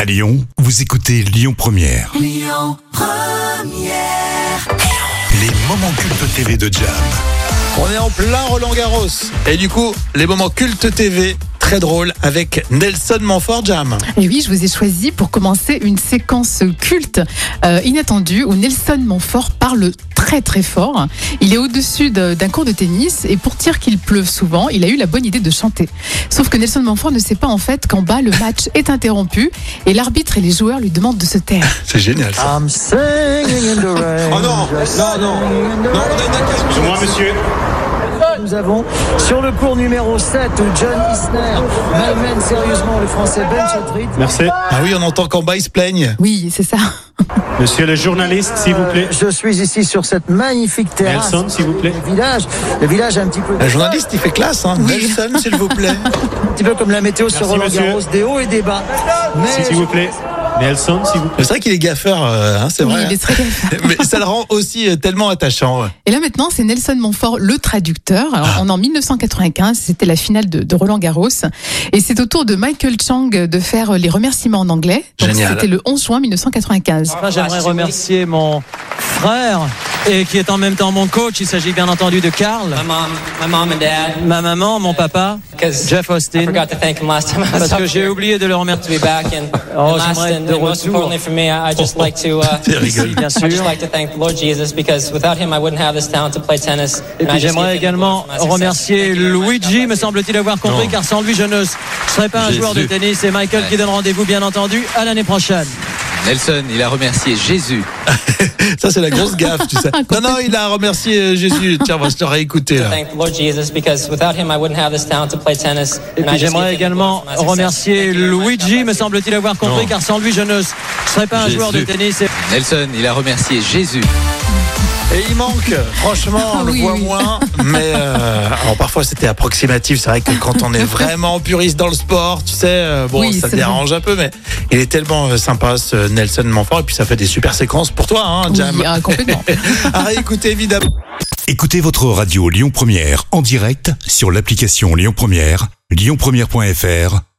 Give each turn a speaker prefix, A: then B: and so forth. A: À Lyon, vous écoutez Lyon Première. Les moments cultes TV de Jam.
B: On est en plein Roland Garros. Et du coup, les moments cultes TV, très drôle, avec Nelson Manfort Jam.
C: Et oui, je vous ai choisi pour commencer une séquence culte euh, inattendue où Nelson Montfort parle très très fort. Il est au-dessus de- d'un cours de tennis et pour dire qu'il pleuve souvent, il a eu la bonne idée de chanter. Sauf que Nelson Montfort ne sait pas en fait qu'en bas le match est interrompu et l'arbitre et les joueurs lui demandent de se taire.
B: C'est génial ça.
D: I'm singing in the rain.
E: Oh non, non, non, non, Excusez-moi, monsieur.
D: Nous avons sur le cours numéro 7 John Isner malmène sérieusement le français Ben Chetrit.
E: Merci.
B: Ah oui, on entend qu'en bas ils se plaignent.
C: Oui, c'est ça.
E: Monsieur le journaliste, s'il vous plaît.
D: Je suis ici sur cette magnifique terrasse.
E: Nelson, s'il vous plaît.
D: Le village, le village est un petit peu,
B: Le journaliste, il fait classe, hein. Nelson, s'il vous plaît.
D: un petit peu comme la météo sur
E: Merci,
D: Roland
E: monsieur.
D: Garros, des hauts et des bas. Mais
E: S'il vous plaît. Nelson, s'il vous plaît.
B: C'est vrai qu'il est gaffeur, euh, hein, c'est
C: Oui,
B: vrai.
C: il est très gaffeur.
B: Mais ça le rend aussi euh, tellement attachant. ouais.
C: Et là maintenant, c'est Nelson Montfort, le traducteur.
B: Ah.
C: Alors, on est en 1995, c'était la finale de, de Roland Garros. Et c'est au tour de Michael Chang de faire euh, les remerciements en anglais. Donc,
B: Génial. Ah,
C: C'était le 11 juin 1995.
F: Enfin, J'aimerais remercier mon frère et qui est en même temps mon coach. Il s'agit bien entendu de Karl,
G: My mom, my mom and dad,
F: ma maman, mon papa,
G: because
F: Jeff
G: I
F: Austin.
G: forgot to thank them last time I was
F: Parce
G: up
F: que j'ai
G: here.
F: oublié de le
G: to
F: remercier.
G: be back and, and
F: Oh,
G: last
F: j'aimerais
G: and,
F: de
G: and most
F: retour.
G: importantly for me, I, I just like to uh,
B: rigolo.
F: Bien
G: I just
F: sûr.
G: like to thank Lord Jesus because without him I wouldn't have this talent to play tennis.
F: Et
G: and I
F: puis
G: just give
F: j'aimerais
G: him the
F: également
G: glory for my success.
F: remercier
G: Thank you very much.
F: Luigi,
G: God
F: me
G: bless you.
F: semble-t-il avoir compris,
B: Non.
F: car sans lui, je ne serais pas un joueur de tennis. Et Michael qui donne rendez-vous, bien entendu, à l'année prochaine.
H: Nelson, il a remercié Jésus.
B: Ça, c'est la grosse gaffe, tu sais. Non, non, il a remercié euh, Jésus. Tiens, on va se le réécouter. là.
G: Thank Lord Jesus because without him I wouldn't have this talent to play tennis.
F: Et puis
G: and I just give
F: j'aimerais
G: him the
F: également
G: glory for my success.
F: remercier
G: Thank you very much. God
F: Luigi,
G: bless
F: me
G: you.
F: semble-t-il avoir compris,
B: Non.
F: car sans lui, je ne serais pas un
H: Jésus.
F: joueur de tennis. Et
H: Nelson, il a remercié Jésus.
B: Et il manque, franchement, on le
C: Ah Oui,
B: voit
C: oui.
B: moins. Mais euh, alors parfois c'était approximatif. C'est vrai que quand on est vraiment puriste dans le sport, tu sais, euh, bon,
C: Oui,
B: ça
C: c'est
B: dérange un peu, mais il est tellement euh, sympa ce Nelson Manfort. Et puis ça fait des super séquences pour toi, hein, Jam.
C: Oui, ah, complètement.
B: à réécouter évidemment.
A: Écoutez votre radio Lyon Première en direct sur l'application Lyon Première, lyonpremière.fr